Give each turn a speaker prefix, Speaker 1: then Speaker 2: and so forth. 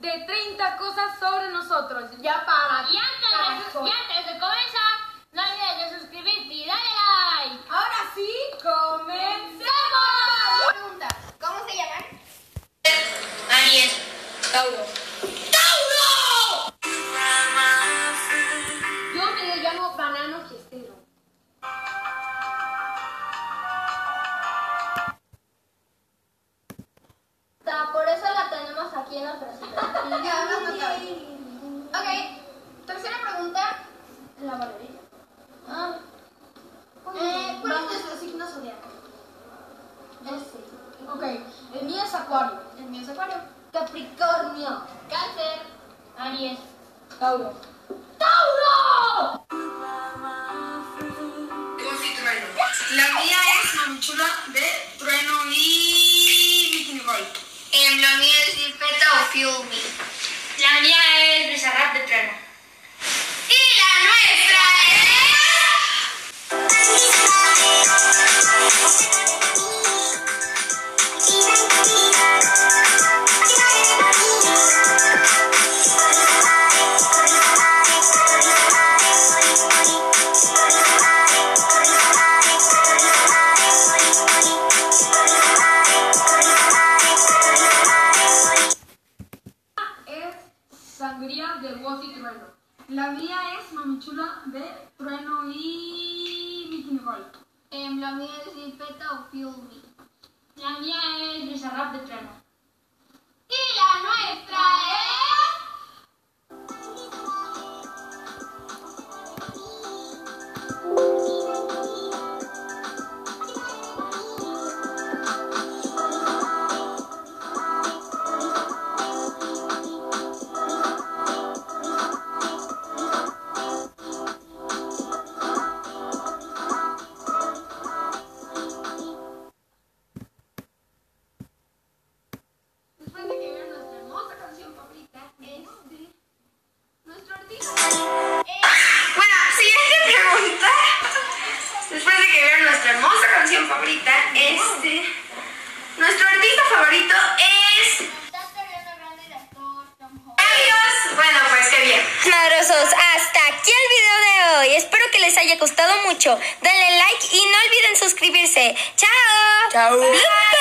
Speaker 1: bonitas cosas sobre nosotros. Ya para.
Speaker 2: Y antes, de,
Speaker 1: carajo.
Speaker 2: y antes de comenzar, no olvides de suscribirte y darle like.
Speaker 1: Ahora sí, comencemos.
Speaker 2: ¡Vamos!
Speaker 3: Pregunta, ¿cómo se llaman?
Speaker 4: Ariel.
Speaker 3: Tauro.
Speaker 4: ¡Tauro!
Speaker 1: Yo me lo llamo banano gestero.
Speaker 2: Por eso la tenemos aquí en la presentación.
Speaker 3: Ya, más notado. Ok, tercera pregunta.
Speaker 1: La barbería.
Speaker 3: Ah. Eh, ¿Cuál es nuestro signo zodiaco?
Speaker 1: Ok, el mío es acuario.
Speaker 3: El mío es acuario.
Speaker 1: Capricornio.
Speaker 2: Cáncer. Aries.
Speaker 1: Tauro.
Speaker 2: ¡Tauro!
Speaker 4: Luz y trueno. La mía es Mamichula de Trueno y Nicky Nicole. Eh, la mía es Limpeta o Fiumi. La mía es Bizarrap de Trueno. Y la nuestra es...
Speaker 1: Es sangría de voz y trueno. La mía es mamichula de trueno y Nicky Nicole.
Speaker 2: la mía es Limpeta o Fiumi. La mía es Bizarrap de Trueno. Y la nuestra es...
Speaker 3: Después de que vieron nuestra hermosa canción favorita, es de nuestro artista.
Speaker 4: Bueno, siguiente pregunta. Después de que vieron nuestra hermosa canción favorita, este... Nuestro artista favorito es... Adiós. Bueno, pues qué bien.
Speaker 5: Maurosos, hasta aquí el video de hoy. Espero que les haya gustado mucho. Denle like y no olviden suscribirse. ¡Chao! ¡Chao!